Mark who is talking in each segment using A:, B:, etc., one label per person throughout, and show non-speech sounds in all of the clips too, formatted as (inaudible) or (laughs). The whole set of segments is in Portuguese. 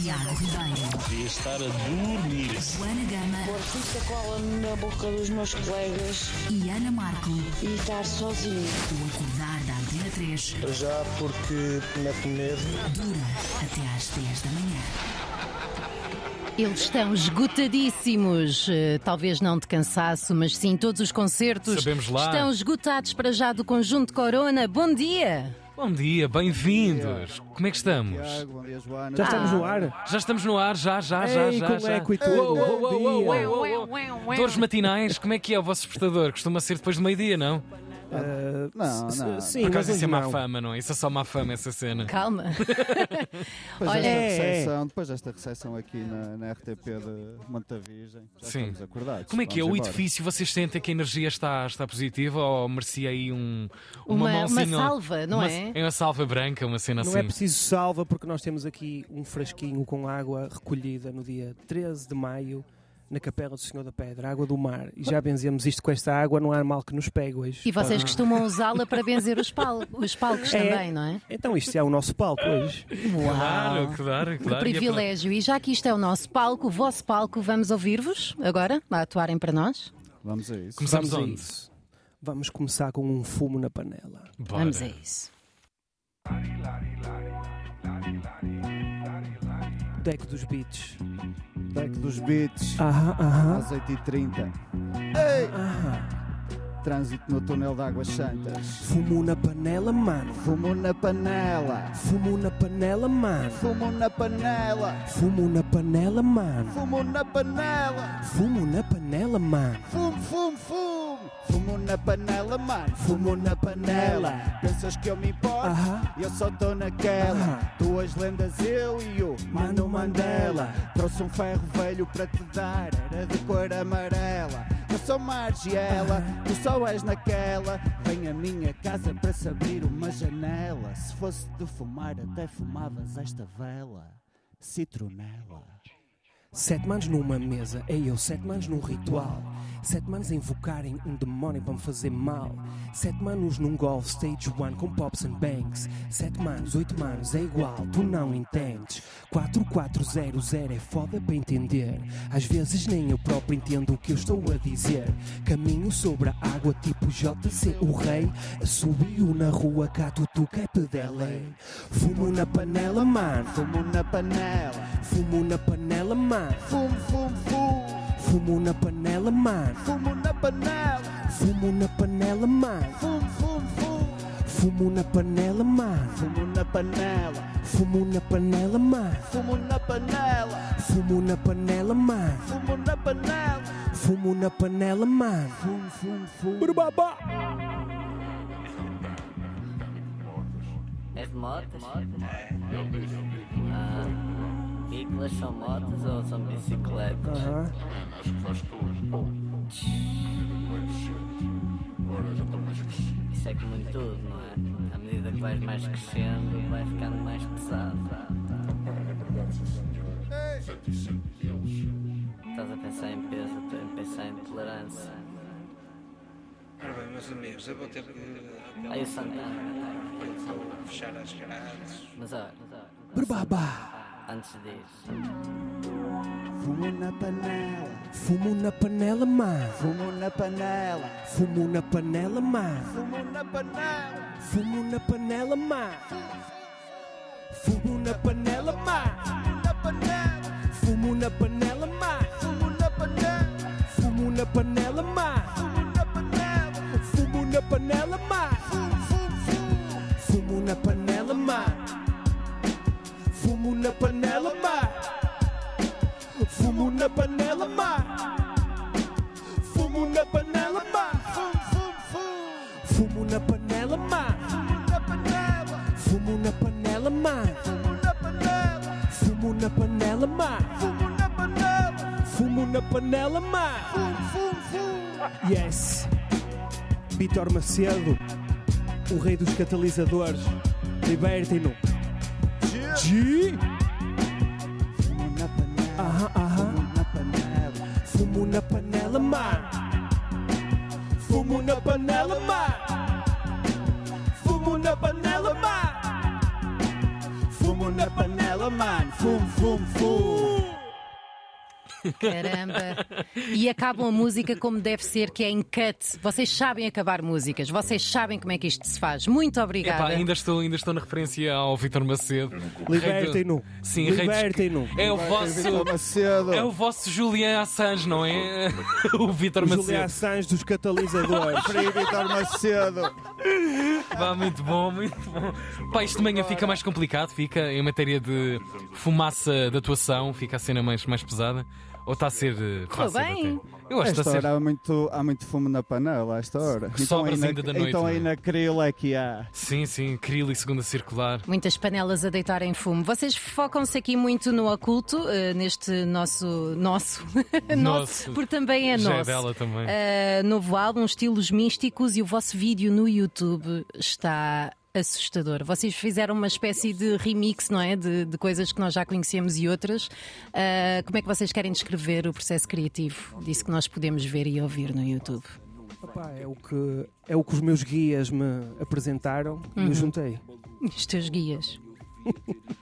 A: Tiago Ribeiro,
B: Devia estar a dormir.
A: Joana Gama
C: O artista cola na boca dos meus colegas
A: e Ana Marco.
C: e estar sozinho.
A: O acordar da Antena 3
D: Já porque mete medo.
A: dura até às 10 da manhã.
E: Eles estão esgotadíssimos, eh, talvez não de cansaço, mas sim todos os concertos
F: Sabemos lá.
E: estão esgotados para já do conjunto Corona. Bom dia!
F: Bom dia, bem-vindos. Como é que estamos?
G: Tiago, bom dia, Joana.
H: Ah,
I: Já estamos no ar?
F: Ah. Já estamos no ar, já, já, já,
I: Ei,
F: já.
I: como
F: já.
I: é que tudo?
F: Uou, uou, uou, uou,
I: Bom dia.
F: uou, uou, uou. Dores matinais, como é que é o vosso despertador? Costuma ser depois de meio-dia, não?
I: Ah,
G: Não,
I: s-
G: não,
I: s-
G: não.
I: Sim,
F: Por
I: mas
F: acaso isso
I: hoje
F: é má
I: não.
F: fama, não é? Isso é só má fama, essa cena.
E: Calma.
G: Depois
E: Olha-
G: desta
I: É, é.
G: recepção, depois desta recepção aqui na, na RTP de Montavirgem, já
F: Sim.
G: estamos acordados.
F: Como é que é?
G: Vamos
F: O
G: embora.
F: edifício, vocês sentem que a energia está, está positiva ou merecia aí um, uma,
E: Uma- uma
F: mãozinha?
E: salva, não
F: Uma-
E: é?
F: É uma salva branca, uma cena
I: Não
F: assim.
I: é preciso salva, porque nós temos aqui um frasquinho com água recolhida no dia 13 de maio na Capela do Senhor da Pedra, água do mar. E já benzemos isto com esta água, não há mal que nos pegue hoje.
E: E vocês
F: Ah.
E: costumam usá-la para benzer os, pal- os palcos
F: (laughs)
I: É.
E: também, não é?
I: Então isto é o nosso palco hoje.
F: Claro, claro,
E: Que
F: claro. E é para-
E: privilégio! E já que isto é o nosso palco, o vosso palco, vamos ouvir-vos agora, a atuarem para nós?
G: Vamos a isso.
F: Começamos
I: Vamos a
F: onde?
I: isso. Vamos começar com um fumo na panela.
F: Bora.
E: Vamos a isso.
I: Deck dos beats.
G: Deck dos beats,
I: Aham,
H: Ah.
I: aham.
G: às 8h30. Trânsito no túnel de Águas Santas.
I: Fumo na panela, mano.
G: Fumo na panela.
I: Fumo na panela, mano.
G: Fumo na panela.
I: Fumo na panela, mano.
G: Fumo na panela.
I: Fumo na panela, mano.
G: Fumo, fumo, fumo. Fumo na panela, mano. Fumo na panela. Pensas que eu me importo?
I: Aham.
G: Eu só tô naquela.
I: Aham.
G: Duas lendas, eu e o Mano
I: Mano
G: Mandela.
I: Mandela.
G: Trouxe um ferro velho para te dar. Era de cor amarela. Eu sou Margiela, tu só és naquela. Vem à minha casa para se abrir uma janela. Se fosse de fumar, até fumavas esta vela. Citronela.
I: Sete manos numa mesa, é eu, sete manos num ritual. Sete manos a invocarem um demónio para me fazer mal. Sete manos num golf, stage one com pops and banks. Sete manos, oito manos, é igual, tu não entendes. 4400 é foda para entender. Às vezes nem eu próprio entendo o que eu estou a dizer. Caminho sobre a água, tipo JC, o rei. Subiu na rua, cá tutuca é pedelé. Fumo na panela, então mano.
G: Fumo na panela.
I: Fumo na panela, mano.
G: Fumo, fumo, fumo.
I: Fumo na panela, mano.
G: Fumo na panela,
I: Fumo na panela, mano.
G: fumo, fumo, fumo.
I: Fumo na panela, mano.
G: Fumo na panela,
I: Fumo na panela, mano.
G: fumo na panela,
I: Fumo na panela, mano.
G: fumo na panela.
I: Fumo na panela, mano.
G: Fumo, fumo, fumo.
I: Burubaba.
J: É de motas?
K: É,
J: Ah, vínculas são motas ou são bicicletas?
I: Aham.
J: Isso é como em tudo, não é? À medida que vais mais crescendo, vai ficando mais pesado. Estás a pensar em peso, estou a pensar em tolerância.
K: Ora bem, meus amigos, eu vou ter que
J: Aí Ah, o Santana.
K: fechar as grades.
J: Mas olha,
I: Burubaba.
J: antes disso,
G: Fumo na panela,
I: Fumo na panela, mano.
G: fumo na panela,
I: Fumo na panela, mano.
G: fumo na panela.
I: Fumo na panela, mano. Fumo na panela, mano.
G: Fumo na panela,
I: Fumo na panela, mano.
G: fumo na panela,
I: Fumo
G: fumo na panela.
I: na panela, mano. Fumo na panela, mano.
G: Fumo, fumo, fumo.
I: Fumo na panela, má. Fumo na panela, má. Fumo na panela, má. Fumo na panela, má.
G: Fumo, fumo, fumo.
I: Fumo na panela, má.
G: Fumo na panela,
I: Fumo na panela, má.
G: fumo na panela,
I: Fumo na panela, má.
G: fumo na panela.
I: Fumo na panela, má.
G: Fumo, fumo, fumo.
I: Yes. Vitor Macedo, o rei dos catalisadores. Libertem-no. G. Ah,
G: Fumo na panela,
I: Aham, aham.
G: fumo na panela.
I: Fumo na panela, má. Fumo na panela, má. Fumo na panela, má.
G: Fumo na panela, mano. Fumo, fumo, fumo.
E: Caramba! E acabam a música como deve ser, que é em cut. Vocês sabem acabar músicas, vocês sabem como é que isto se faz. Muito
F: Epá,
E: obrigada.
F: ainda estou, ainda estou na referência ao Vitor Macedo.
H: Libertem-no.
F: Sim, rei dos-
H: Libertem-no.
F: É o
G: Vitor
F: vosso.
G: Tá Macedo.
F: É o vosso Julian Assange, não
H: (laughs)
F: é? o Vitor
H: O Julián
F: Macedo.
H: Sanz dos
F: (laughs)
H: catalisadores.
G: Frei Vitor Macedo.
F: Vá, muito bom, muito bom. Pá, isto de manhã fica mais complicado, fica em matéria de fumaça de atuação, fica a cena mais, mais pesada. Ou está a ser eh, fácil?
E: bem.
F: até? Eu acho que
G: Esta
F: está a
G: hora
F: ser.
G: há muito, há muito fumo na panela, a esta hora.
F: Que sobras
G: aí na-
F: ainda da noite,
G: Então
F: não é?
G: aí na crila é que há.
F: Sim, sim, Krill e segunda circular.
E: Muitas panelas a deitarem fumo. Vocês focam-se aqui muito no oculto, eh, neste nosso. Nosso. (laughs)
F: Nosso.
E: porque também é
F: Já é
E: nosso.
F: dela também.
E: Eh, novo álbum, estilos místicos, e o vosso vídeo no YouTube está assustador. Vocês fizeram uma espécie de remix, não é? De, de coisas que nós já conhecemos e outras. Eh, como é que vocês querem descrever o processo criativo disso que nós podemos ver e ouvir no YouTube?
H: Opa, é, o que, é o que os meus guias me apresentaram e
F: Uhum.
H: eu juntei.
E: Os teus guias.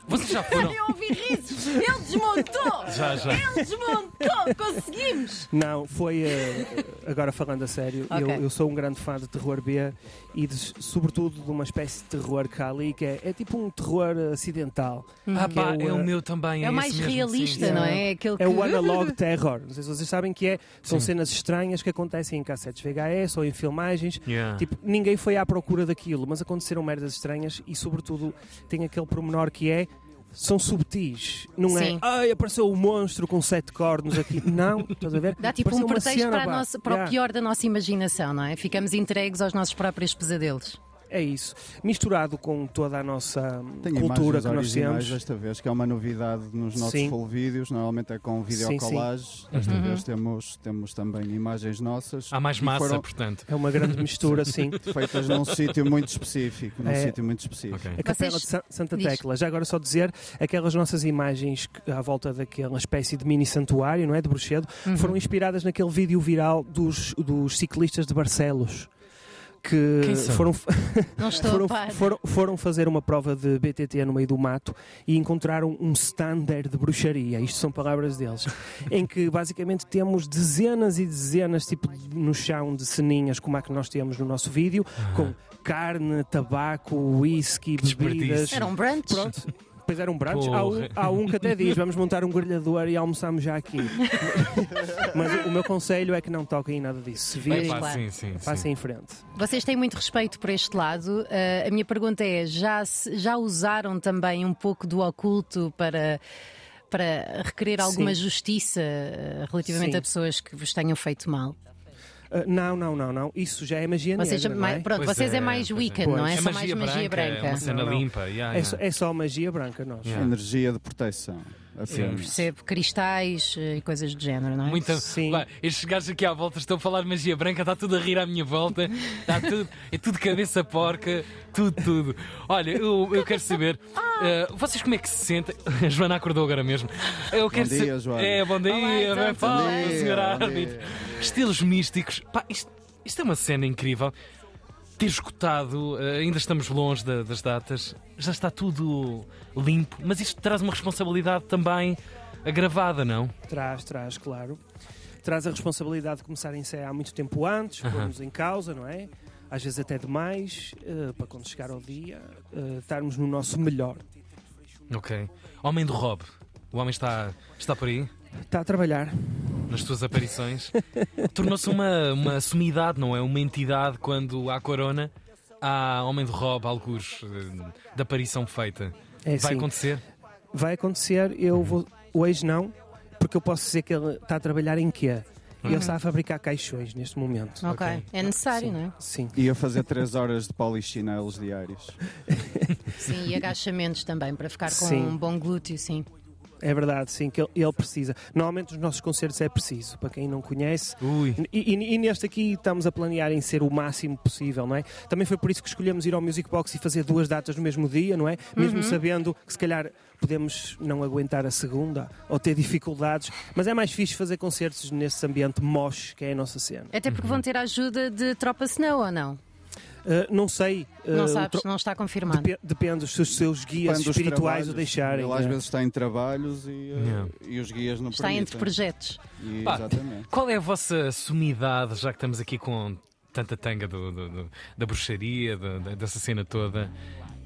F: Vocês já
E: (laughs)
F: foram?
E: Eu ouvi risos! Ele desmontou!
F: (laughs) Já, já.
E: Ele desmontou! Conseguimos!
H: Não, foi.
F: (laughs)
H: eh, agora falando a sério,
E: Ok.
H: eu, eu sou um grande fã de terror B e de- sobretudo de uma espécie de terror que há ali, que é, é tipo um terror acidental.
F: Ah,
H: Que
F: pá,
H: é o,
F: é o
H: eh,
F: meu também.
E: É o
F: esse
E: mais
F: mesmo, sim,
E: realista,
F: sim.
E: não é? Aquele que...
H: É
E: (laughs)
H: o analog terror. Não sei se vocês sabem que é. São cenas estranhas que acontecem em cassetes VHS ou em filmagens.
F: Yeah.
H: Tipo, ninguém foi à procura daquilo, mas aconteceram merdas estranhas e, sobretudo, tem aquele pormenor que é. São subtis, não
E: Sim.
H: é? Ai, apareceu o monstro com sete
E: (laughs)
H: cornos aqui. Não, estás a ver?
E: Dá tipo
H: Apareceu
E: um
H: uma
E: pretexto
H: cena,
E: para, a
H: pá.
E: nossa- para o
H: Yeah.
E: pior da nossa imaginação, não é? Ficamos entregues aos nossos próprios pesadelos.
H: É isso. Misturado com toda a nossa hum,
G: Tem
H: cultura
G: imagens
H: que nós
G: originais
H: temos.
G: desta vez, que é uma novidade nos nossos
H: Sim.
G: full vídeos. Normalmente é com videocolagens. Desta
E: Uhum.
G: vez temos, temos também imagens
H: Ah.
G: nossas.
F: Há mais
G: E
F: massa,
G: foram
F: portanto.
H: É uma grande
G: (laughs)
H: mistura, sim.
G: Feitas
H: (laughs)
G: num sítio muito específico. Num
H: É.
G: sítio muito específico.
F: Ok.
H: A Capela
E: Vocês-
H: de Sa- Santa
E: Diz.
H: Tecla, já agora só dizer, aquelas nossas imagens que- à volta daquela espécie de mini santuário, não é? De Bruxedo,
E: Uhum.
H: foram inspiradas naquele vídeo viral dos, dos ciclistas de Barcelos. Que
F: Quem são?
H: foram,
E: Não estou
H: foram,
E: a par.
H: foram, foram fazer uma prova de BTT no meio do mato e encontraram um standard de bruxaria, isto são
F: (laughs)
H: palavras deles, em que basicamente temos dezenas e dezenas tipo, de- no chão de ceninhas, como a que nós temos no nosso vídeo,
F: Ah.
H: com carne, tabaco, whisky, bebidas.
F: desperdício.
E: Era um brunch?
H: Pronto.
F: (laughs)
H: Pois era um brunch. Há um,
F: Porra.
H: há um que até diz: vamos montar um grelhador e almoçamos já
F: (laughs)
H: aqui. Mas o meu conselho é que não toquem em nada disso. Se virem,
F: Epá,
E: claro.
F: sim, sim, sim.
H: passem em frente.
E: Vocês têm muito respeito por este lado. Uh, a minha pergunta é: já, se- já usaram também um pouco do oculto para, para requerer alguma
H: Sim.
E: justiça uh, relativamente
H: Sim.
E: a pessoas que vos tenham feito mal?
H: Ah, não, não, não, não. Isso já é magia
E: Vocês,
H: negra. não
E: mais-
H: é?
E: pronto,
F: Pois
E: vocês é, mais
F: pois
E: weekend,
H: Pois.
E: não é?
F: É
E: Só mais magia branca.
F: É uma cena
H: Não, não.
F: limpa. yeah,
H: É
F: yeah.
H: só, é só magia branca, nós.
F: Yeah.
G: Energia de proteção. Apenas.
E: Percebo cristais eh, e coisas do género, não é?
F: Muito...
H: Sim.
F: Pá, estes gajos aqui à volta estão a falar de magia branca, está tudo a rir à minha volta, está tudo, é tudo cabeça porca, tudo, tudo. Olha, eu, eu quero saber, eh, vocês como é que se sentem? (laughs) A Joana acordou agora mesmo. Eu quero
G: dia,
F: saber-
G: Joana.
F: É, bom dia,
E: Olá, então,
F: bem
E: tudo
F: fala,
G: bem?
F: senhor
G: Bom dia.
F: árbitro. Estilos místicos, pá, isto, isto é uma cena incrível. Ter escutado, eh, ainda estamos longe da- das datas, já está tudo limpo, mas isto traz uma responsabilidade também agravada, não?
H: Traz, traz, claro. Traz a responsabilidade de começar a ensaiar há muito tempo antes, pôr-nos em causa, não é? Às vezes até demais, eh, para quando chegar ao dia, eh, estarmos no nosso melhor.
F: Ok. Homem do Rob. O homem está, está por aí,
H: Está a trabalhar.
F: nas suas aparições. Tornou-se uma, uma sumidade, não é? Uma entidade quando há corona, há Homem do Rob, alguns eh, da aparição feita. Vai
H: É assim.
F: acontecer?
H: Vai acontecer, eu vou. Hoje não, porque eu posso dizer que ele está a trabalhar em quê? Ele
F: Uhum.
H: está a fabricar caixões neste momento.
E: Ok,
F: Ok.
E: é necessário, não é?
H: Sim.
G: Ia fazer 3 horas de polichinelos diários.
E: Sim, e agachamentos também, para ficar com
H: Sim.
E: um bom glúteo, sim.
H: É verdade, sim, que ele, ele precisa. Normalmente nos nossos concertos é preciso, para quem não conhece.
F: Ui.
H: E, e- e neste aqui estamos a planear em ser o máximo possível, não é? Também foi por isso que escolhemos ir ao Music Box e fazer duas datas no mesmo dia, não é? Mesmo
E: Uhum.
H: sabendo que se calhar podemos não aguentar a segunda ou ter dificuldades, mas é mais fixe fazer
F: Uhum.
H: concertos nesse ambiente mosh, que é a nossa cena.
E: Até porque vão ter a ajuda de Tropa Snow ou não?
H: Ah, não sei. ah,
E: Não
H: o
E: sabes,
H: tro-
E: não está confirmado.
H: depe- depende se os seus guias
G: Quando os
H: espirituais
G: trabalhos-
H: o deixarem.
G: Ele às
H: é.
G: vezes está em trabalhos e, eh,
F: Yeah.
G: e os guias não
E: Está
G: permitem.
E: entre projetos.
G: E,
F: Pá.
G: Exatamente.
F: Qual é a vossa sumidade, já que estamos aqui com tanta tanga do- do- do- da bruxaria, da- da- dessa cena toda?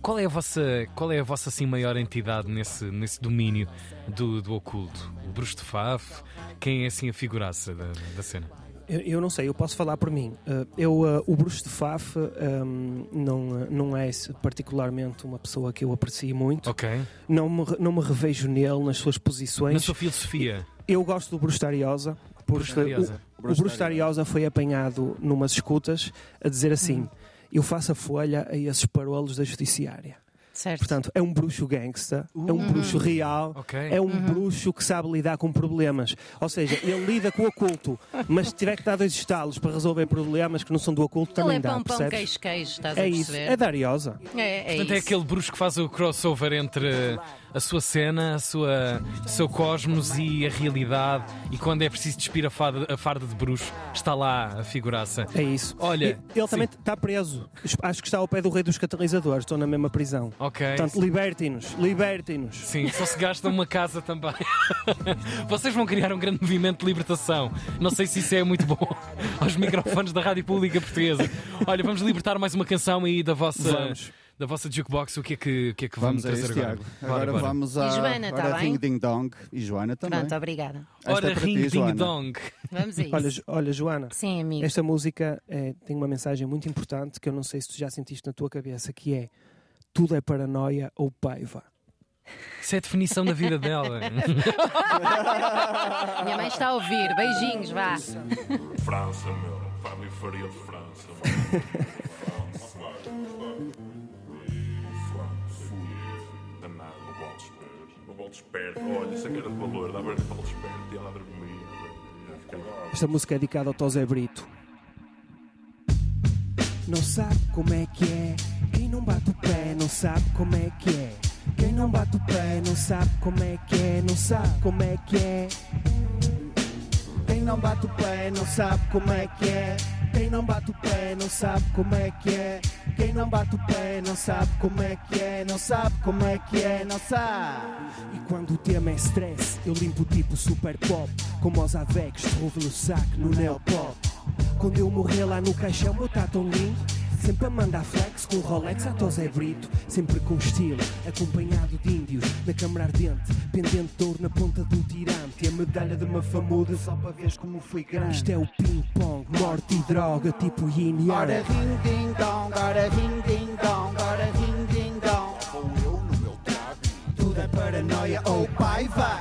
F: Qual é a vossa, qual é a vossa assim, maior entidade nesse, nesse domínio do, do oculto? O bruxo de Faf? Quem é assim a figuraça da, da cena?
H: Eu, eu não sei, eu posso falar por mim. Eh, Eu, eh, o Bruxo de Faf ehm, não, eh, não é se- particularmente uma pessoa que eu aprecio muito.
F: Ok.
H: Não, me, re- não me revejo nele, nas suas
F: Na
H: posições.
F: sua filosofia,
H: Eu gosto do Bruxo Tariosa. Porque
F: bruxariosa.
H: o, o Bruxo Tariosa foi apanhado numas escutas a dizer assim:
E: Hum.
H: Eu faço a folha a esses parolos da judiciária.
E: Certo. Uhum.
H: Portanto, é um bruxo gangsta, é um bruxo real,
F: Ok.
H: é um bruxo que sabe lidar com problemas. Ou seja, ele lida com o oculto, mas se tiver que dar dois estalos para resolver problemas que não são do oculto,
E: Ele
H: também
E: é
H: dá,
E: pão, pão,
H: percebes?
E: queijo, queijo, estás a
H: é isso, é
E: perceber?
H: dariosa.
E: É, é,
F: Portanto, é
E: isso.
F: aquele bruxo que faz o crossover entre a sua cena, a sua, o seu cosmos e a realidade. E quando é preciso despir a farda, a farda de bruxo, está lá a figuraça.
H: É isso.
F: Olha,
H: E ele
F: sim.
H: também está preso. Acho que está ao pé do rei dos catalisadores, estão na mesma prisão.
F: Ok.
H: Portanto, libertem-nos, libertem-nos.
F: Sim, só se gasta uma casa também. (laughs) Vocês vão criar um grande movimento de libertação. Não sei se isso é muito bom (laughs) aos microfones da Rádio Pública Portuguesa. Olha, vamos libertar mais uma canção aí da vossa,
H: Vamos.
F: da vossa jukebox. O que é que, o que, é que
G: Vamos a
F: trazer
G: isso,
F: agora?
G: Tiago.
F: Bora,
G: Agora
F: bora.
G: vamos a.
E: E Joana, tá
G: ora,
E: bem?
G: Ding Ding Dong. E Joana também.
E: Pronto, obrigada.
G: Esta
F: Ora,
G: é para
F: ring
G: ti, Joana.
F: ding dong.
E: Vamos a É isso.
H: Olha, Jo- olha, Joana.
E: Sim, amigo.
H: Esta música eh, tem uma mensagem muito importante que eu não sei se tu já sentiste na tua cabeça, que é tudo é paranoia ou paiva.
F: Isso é a definição da vida
G: (laughs)
F: dela.
E: Minha mãe está a ouvir. Beijinhos, vá.
L: França, meu. Fábio Faria de França. Danado, o bolo esperto. O bolo esperto. Olha, isso é que era de valor. Dá para ver o bolo esperto. E ela dormia.
H: Esta música é dedicada ao Tosé Brito. Não sabe como é que é, quem não bate o pé não sabe como é que é. Quem não bate o pé não sabe como é que é, não sabe como é que é. Quem não bate o pé não sabe como é que é. Quem não bate o pé não sabe como é que é.
G: Quem não bate o pé não sabe como é que é, não sabe como é que é, não sabe.
H: E quando o tema é stress, eu limpo tipo super pop. Como os Avex, roubo o saco no neopop. Quando eu morrer lá no caixão, eu tá tão lindo. Sempre a mandar flex com Rolex a Zé Brito. Sempre com estilo, acompanhado de índios. Na câmara ardente, pendente de ouro na ponta do tirante. E a medalha de uma famuda.
G: Só para veres como fui grande.
H: Isto é o ping-pong, morte e droga, tipo yin e
G: Ora
H: yang.
G: ring ding dong, ora ring ding dong, ora ring ding dong. Sou eu no meu trago. Tudo é paranoia oh, ou paiva.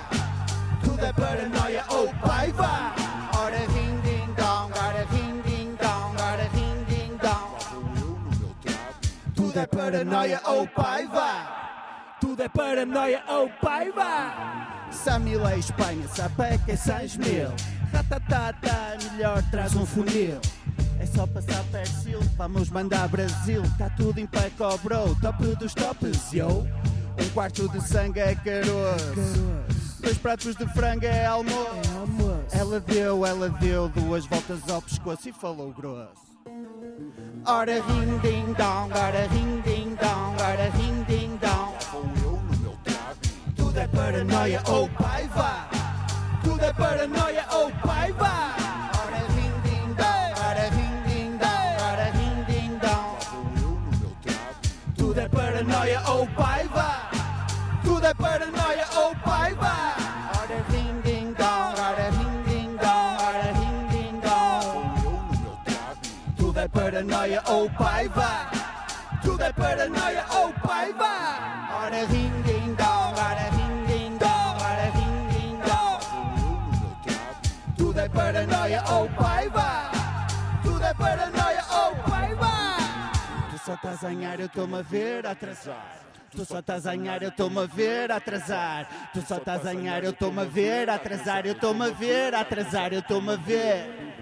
G: Tudo é paranoia oh, ou paiva. Ora ring ding dong, ora ring ding dong, ora ring ding dong. Sou eu no meu trago. Tudo é paranoia oh, ou paiva.
H: Tudo é paranoia, oh paiva!
G: Samila Espanha, Sapeca e Sans é Mil. Ratatata, melhor traz um funil. É só passar perfil, vamos mandar Brasil. Tá tudo em pacó, bro, top dos tops, yo. Um quarto de sangue é caroço. Dois pratos de frango é almoço. Ela deu, ela deu duas voltas ao pescoço e falou grosso. Ora ring ding dong, ora ring ding dong, ora ring ding dong. Sou eu no meu trago. Tudo é paranoia ou paiva. Tudo é paranoia ou paiva. Ora ring ding dong, ora ring ding dong, ora ring ding dong. Sou eu no meu trago. Tudo é paranoia oh, ou paiva. Tudo é paranoia oh, ou paiva. Ora ring ding dong, ora ring ding dong, ora ring ding dong. Sou eu no meu trago. Tudo é paranoia oh, ou paiva. Tudo é paranoia oh, ou paiva. Ora ring ding dong, ora ring ding dong, ora ring ding dong. Tudo é paranoia oh, ou paiva. Tudo é paranoia oh, ou paiva. Tu só estás a ganhar, eu estou-me a ver atrasar. Tu só estás a ganhar, eu estou-me a ver atrasar. Tu só estás a ganhar, eu estou-me a ver atrasar. Eu estou-me a ver atrasar, eu estou-me a ver.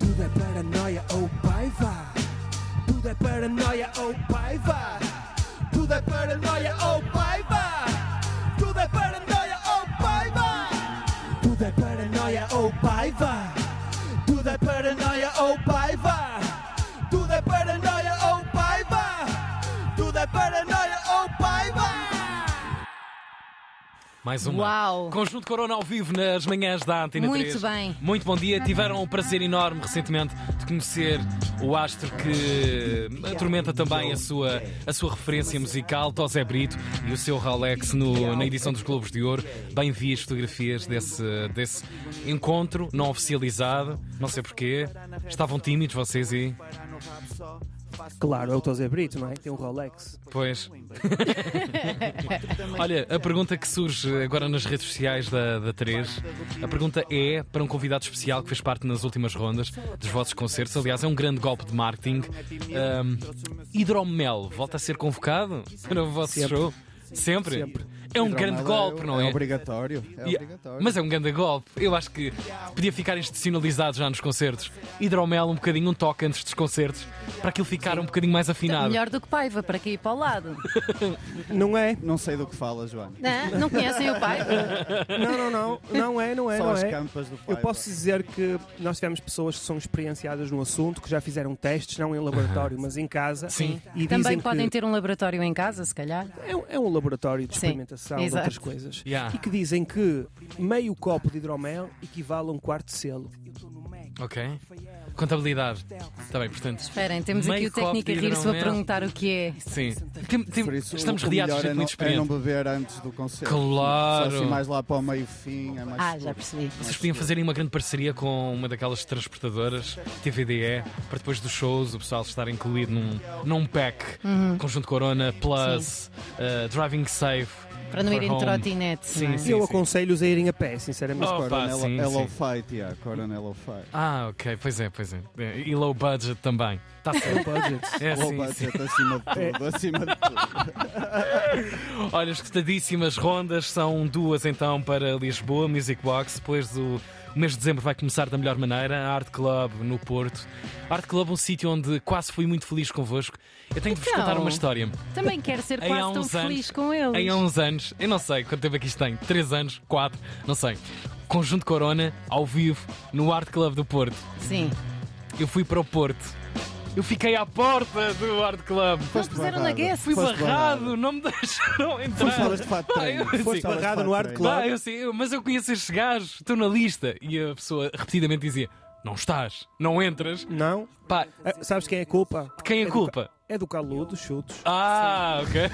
H: Tudo é paranoia, oh paiva. Tudo é paranoia, oh paiva.
G: Tudo é paranoia, oh paiva. Tudo é paranoia, oh paiva. Tudo é paranoia, oh paiva. Tudo é paranoia, oh paiva. Tudo é paranoia, oh é
F: Mais uma.
E: Uau.
F: Conjunto Corona ao vivo nas manhãs da Antena
E: Muito
F: 3.
E: bem.
F: Muito bom dia. Tiveram um prazer enorme recentemente de conhecer o astro que eh, atormenta também a sua, a sua referência musical, Tosé Brito, e o seu Rolex no- na edição dos Globos de Ouro. Bem vi as fotografias desse, desse encontro não oficializado, não sei porquê. Estavam tímidos vocês e.
H: Claro, é o Tosé Brito, não é? Tem um Rolex.
F: Pois. (laughs) Olha, a pergunta que surge agora nas redes sociais da, da 3, a pergunta é para um convidado especial que fez parte nas últimas rondas dos vossos concertos. Aliás, é um grande golpe de marketing. Ahm, hidromel volta a ser convocado para o vosso
D: Sempre.
F: show? Sempre? É um grande golpe, não é?
G: obrigatório. É
F: E-
G: obrigatório.
F: Mas é um grande golpe. Eu acho que podia ficar institucionalizado já nos concertos. Hidromel, um bocadinho, um toque antes dos concertos, para aquilo ficar um bocadinho mais afinado.
E: Melhor do que Paiva, para cair para o lado.
H: Não é?
G: Não sei do que fala, Joana.
E: Não, não conhecem o Paiva?
H: Não, não, não. Não é, não é,
G: Só
H: não
G: as
H: é.
G: campas do
H: Eu
G: Paiva.
H: posso dizer que nós tivemos pessoas que são experienciadas no assunto, que já fizeram testes, não em laboratório, mas em casa.
F: Sim.
H: E
E: Também
H: dizem
E: podem
H: que
E: ter um laboratório em casa, se calhar.
H: É, um- é um laboratório de
E: Sim,
H: experimentação de
E: exato.
H: outras coisas.
F: Yeah.
H: E que dizem que meio copo de hidromel equivale a um quarto de selo.
F: Ok. é, Contabilidade. Está bem, portanto.
E: Esperem, temos aqui
F: Meio
E: o técnico a
F: copo de
E: rir-se para
F: hidromel.
E: perguntar o que é.
F: Sim. Tem- tem-
G: Por isso,
F: estamos
G: o
F: rodeados de gente muito
G: melhor é não, é não
F: experiente.
G: beber antes do concerto.
F: Claro.
G: Só assim mais lá para o meio fim. É mais
E: Ah, já percebi.
F: Vocês podiam fazer uma grande parceria com uma daquelas transportadoras, TVDE, para depois dos shows o pessoal estar incluído num, num pack,
E: Uhum.
F: Conjunto Corona, Plus, eh, Driving Safe.
E: Para não
F: for
E: irem de
F: home.
E: trotinete.
F: Sim,
E: não é?
F: sim.
H: E eu aconselho-os a irem a pé, sinceramente.
F: Oh, pá,
G: Coronel,
F: sim,
G: Hello
F: sim.
G: Fight, yeah, Coronel Fight.
F: Ah, ok, pois é, pois é. É, E low budget também.
G: (laughs)
F: Está certo.
H: Budget.
F: (laughs) É
G: Low
F: sim, sim.
G: budget acima de tudo, (laughs) acima de tudo.
F: Olha, escutadíssimas rondas, são duas então para Lisboa, Music Box, depois o, o mês de dezembro vai começar da melhor maneira, a Art Club no Porto. Art Club, um sítio onde quase fui muito feliz convosco. Eu tenho de vos
E: Então.
F: contar uma história.
E: Também quero ser
F: Em há
E: quase tão
F: uns anos-
E: feliz com eles.
F: Em há uns anos, eu não sei quanto tempo é que isto tem, 3 anos, 4, não sei. Conjunto Corona, ao vivo, no Art Club do Porto.
E: Sim.
F: Eu fui para o Porto. Eu fiquei à porta do Art Club.
E: Não puseram na guess.
F: Fui
G: Foste
F: barrado, não me (laughs) deixaram entrar.
G: Foste horas de fato de treino.
F: Ah, eu-
G: Foste
F: sim.
G: horas de
H: barrado
G: fato
H: no
G: de
H: ar de
G: treino.
H: clube.
F: Bah, eu sei, eu- mas eu conheço estes gajos, estou na lista. E a pessoa repetidamente dizia: Não estás, não entras.
H: Não?
F: Pá,
H: Ah, sabes quem é a culpa?
F: de quem é a culpa?
H: É do Calu, dos chutes.
F: Ah, ok.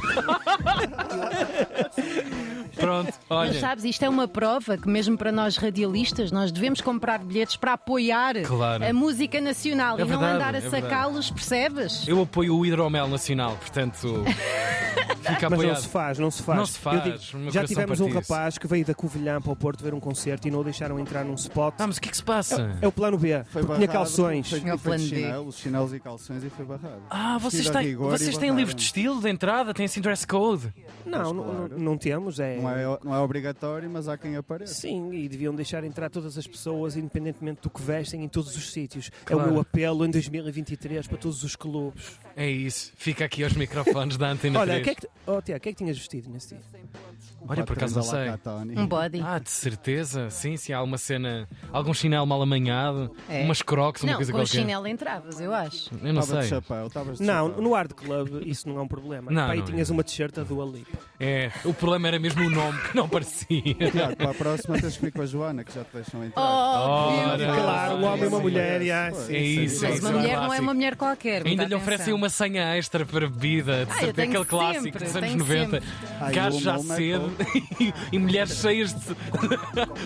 F: Pronto,
E: Mas
F: olha.
E: sabes, isto é uma prova que mesmo para nós radialistas, nós devemos comprar bilhetes para apoiar
F: Claro.
E: a música nacional
F: É
E: e
F: verdade,
E: não andar a
F: é verdade.
E: sacá-los, percebes?
F: Eu apoio o Hidromel Nacional, portanto. Fica
H: Mas não
F: apoiado.
H: se faz, não se faz.
F: Não se faz,
H: Eu digo,
F: o meu
H: já
F: coração
H: tivemos um
F: partiu-se.
H: rapaz que veio da Covilhã para o Porto ver um concerto e não o deixaram entrar num spot.
F: Ah, mas o que é que se passa?
H: É o plano B.
G: Foi
H: porque
G: barrado.
H: Tinha calções.
G: Foi,
E: Tinha o
G: foi de
E: plano B.
G: chinelos, chinelos e calções e foi barrado.
F: Ah, vocês
G: Vestido a
F: têm,
G: rigor e
F: vocês têm
G: barrado.
F: livros de estilo de entrada, têm assim dress code.
H: Não, não,
G: claro.
H: não- não temos. É...
G: Não é, não é obrigatório, mas há quem apareça.
H: Sim, e deviam deixar entrar todas as pessoas, independentemente do que vestem, em todos os sítios. É
F: Claro.
H: o meu apelo em 2023 para todos os clubes.
F: É isso, fica aqui aos microfones da Antena
H: Olha, o
F: 3.
H: que é que, oh, Tiago, o que é que tinhas vestido nesse dia?
F: Olha, por acaso não sei.
E: Um body.
F: Ah, de certeza, sim, sim, há uma cena, algum chinelo mal amanhado,
E: É.
F: umas crocs, uma
E: não,
F: coisa
E: com o
F: qualquer.
E: chinelo entravas, eu acho.
F: Eu não
G: Estava de
F: sei.
G: chapéu, estavas de
H: Não,
G: chapéu.
H: no Hard Club isso não é um problema.
F: Não,
H: Pá, e
F: não é.
H: tinhas uma t-shirt da Dua Lipa.
F: É, o problema era mesmo o nome que não parecia.
G: Tiago, para a próxima tens que vir com a Joana, então. que já te deixam
E: Oh,
G: entrar.
F: Ora,
E: viu?
H: claro, um homem e uma
G: sim,
H: mulher.
G: sim.
H: e ah,
G: Pois.
H: sim,
F: É
H: sim.
F: isso, é
E: Mas
F: isso.
E: uma
F: é um
E: mulher não é
F: clássico.
E: uma mulher qualquer.
F: Ainda
E: (laughs) muita
F: lhe oferecem
E: atenção.
F: uma senha extra para bebida, de
E: Ah, eu
F: certeza,
E: tenho
F: aquele clássico
E: sempre,
F: dos anos
E: tenho
F: 90.
G: Ai,
F: Gajos
G: uma,
F: já
G: uma é
F: cedo (laughs) e, e mulheres cheias de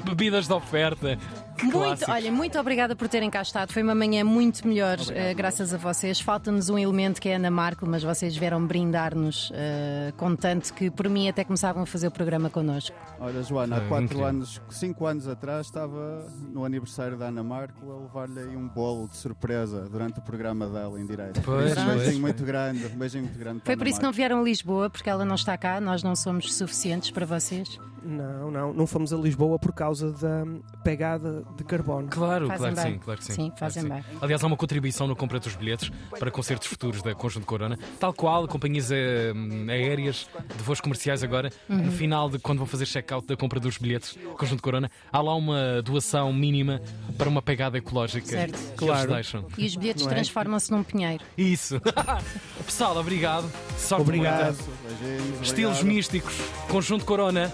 F: bebidas de oferta. Que
E: Muito,
F: clássico.
E: olha, muito obrigada por terem cá estado. Foi uma manhã muito melhor, eh, graças a vocês. Falta-nos um elemento que é a Ana Marco, mas vocês vieram brindar-nos eh, com tanto que, por mim, até começavam a fazer o programa connosco.
G: Olha, Joana,
F: É,
G: há quatro
F: incrível.
G: anos, cinco anos atrás, estava no aniversário da Ana Marco a levar-lhe aí um bolo de surpresa durante o programa dela em direto.
F: Pois,
G: um
F: pois,
G: beijinho
F: pois.
G: muito grande, um beijinho muito grande. para
E: Foi
G: a
E: por
G: Ana
E: isso que não
G: Marco.
E: vieram a Lisboa, porque ela não está cá, nós não somos suficientes para vocês.
H: Não, não, não fomos a Lisboa por causa da pegada de carbono.
F: Claro,
E: Fazem
F: claro que
E: bem.
F: sim, claro que sim.
E: Sim, fazem
F: claro que sim. Aliás, há uma contribuição no compra dos bilhetes para concertos futuros da Conjunto Corona, tal qual companhias eh, aéreas de voos comerciais agora, no final de quando vão fazer check-out da compra dos bilhetes Conjunto Corona, há lá uma doação mínima para uma pegada ecológica.
E: Certo.
F: que eles
H: Claro.
F: deixam.
E: E os bilhetes
H: Não é?
E: transformam-se num pinheiro.
F: Isso. (laughs) Pessoal, obrigado. Só
H: Obrigado.
G: Beijinhos,
F: Estilos
G: obrigado.
F: místicos, Conjunto Corona,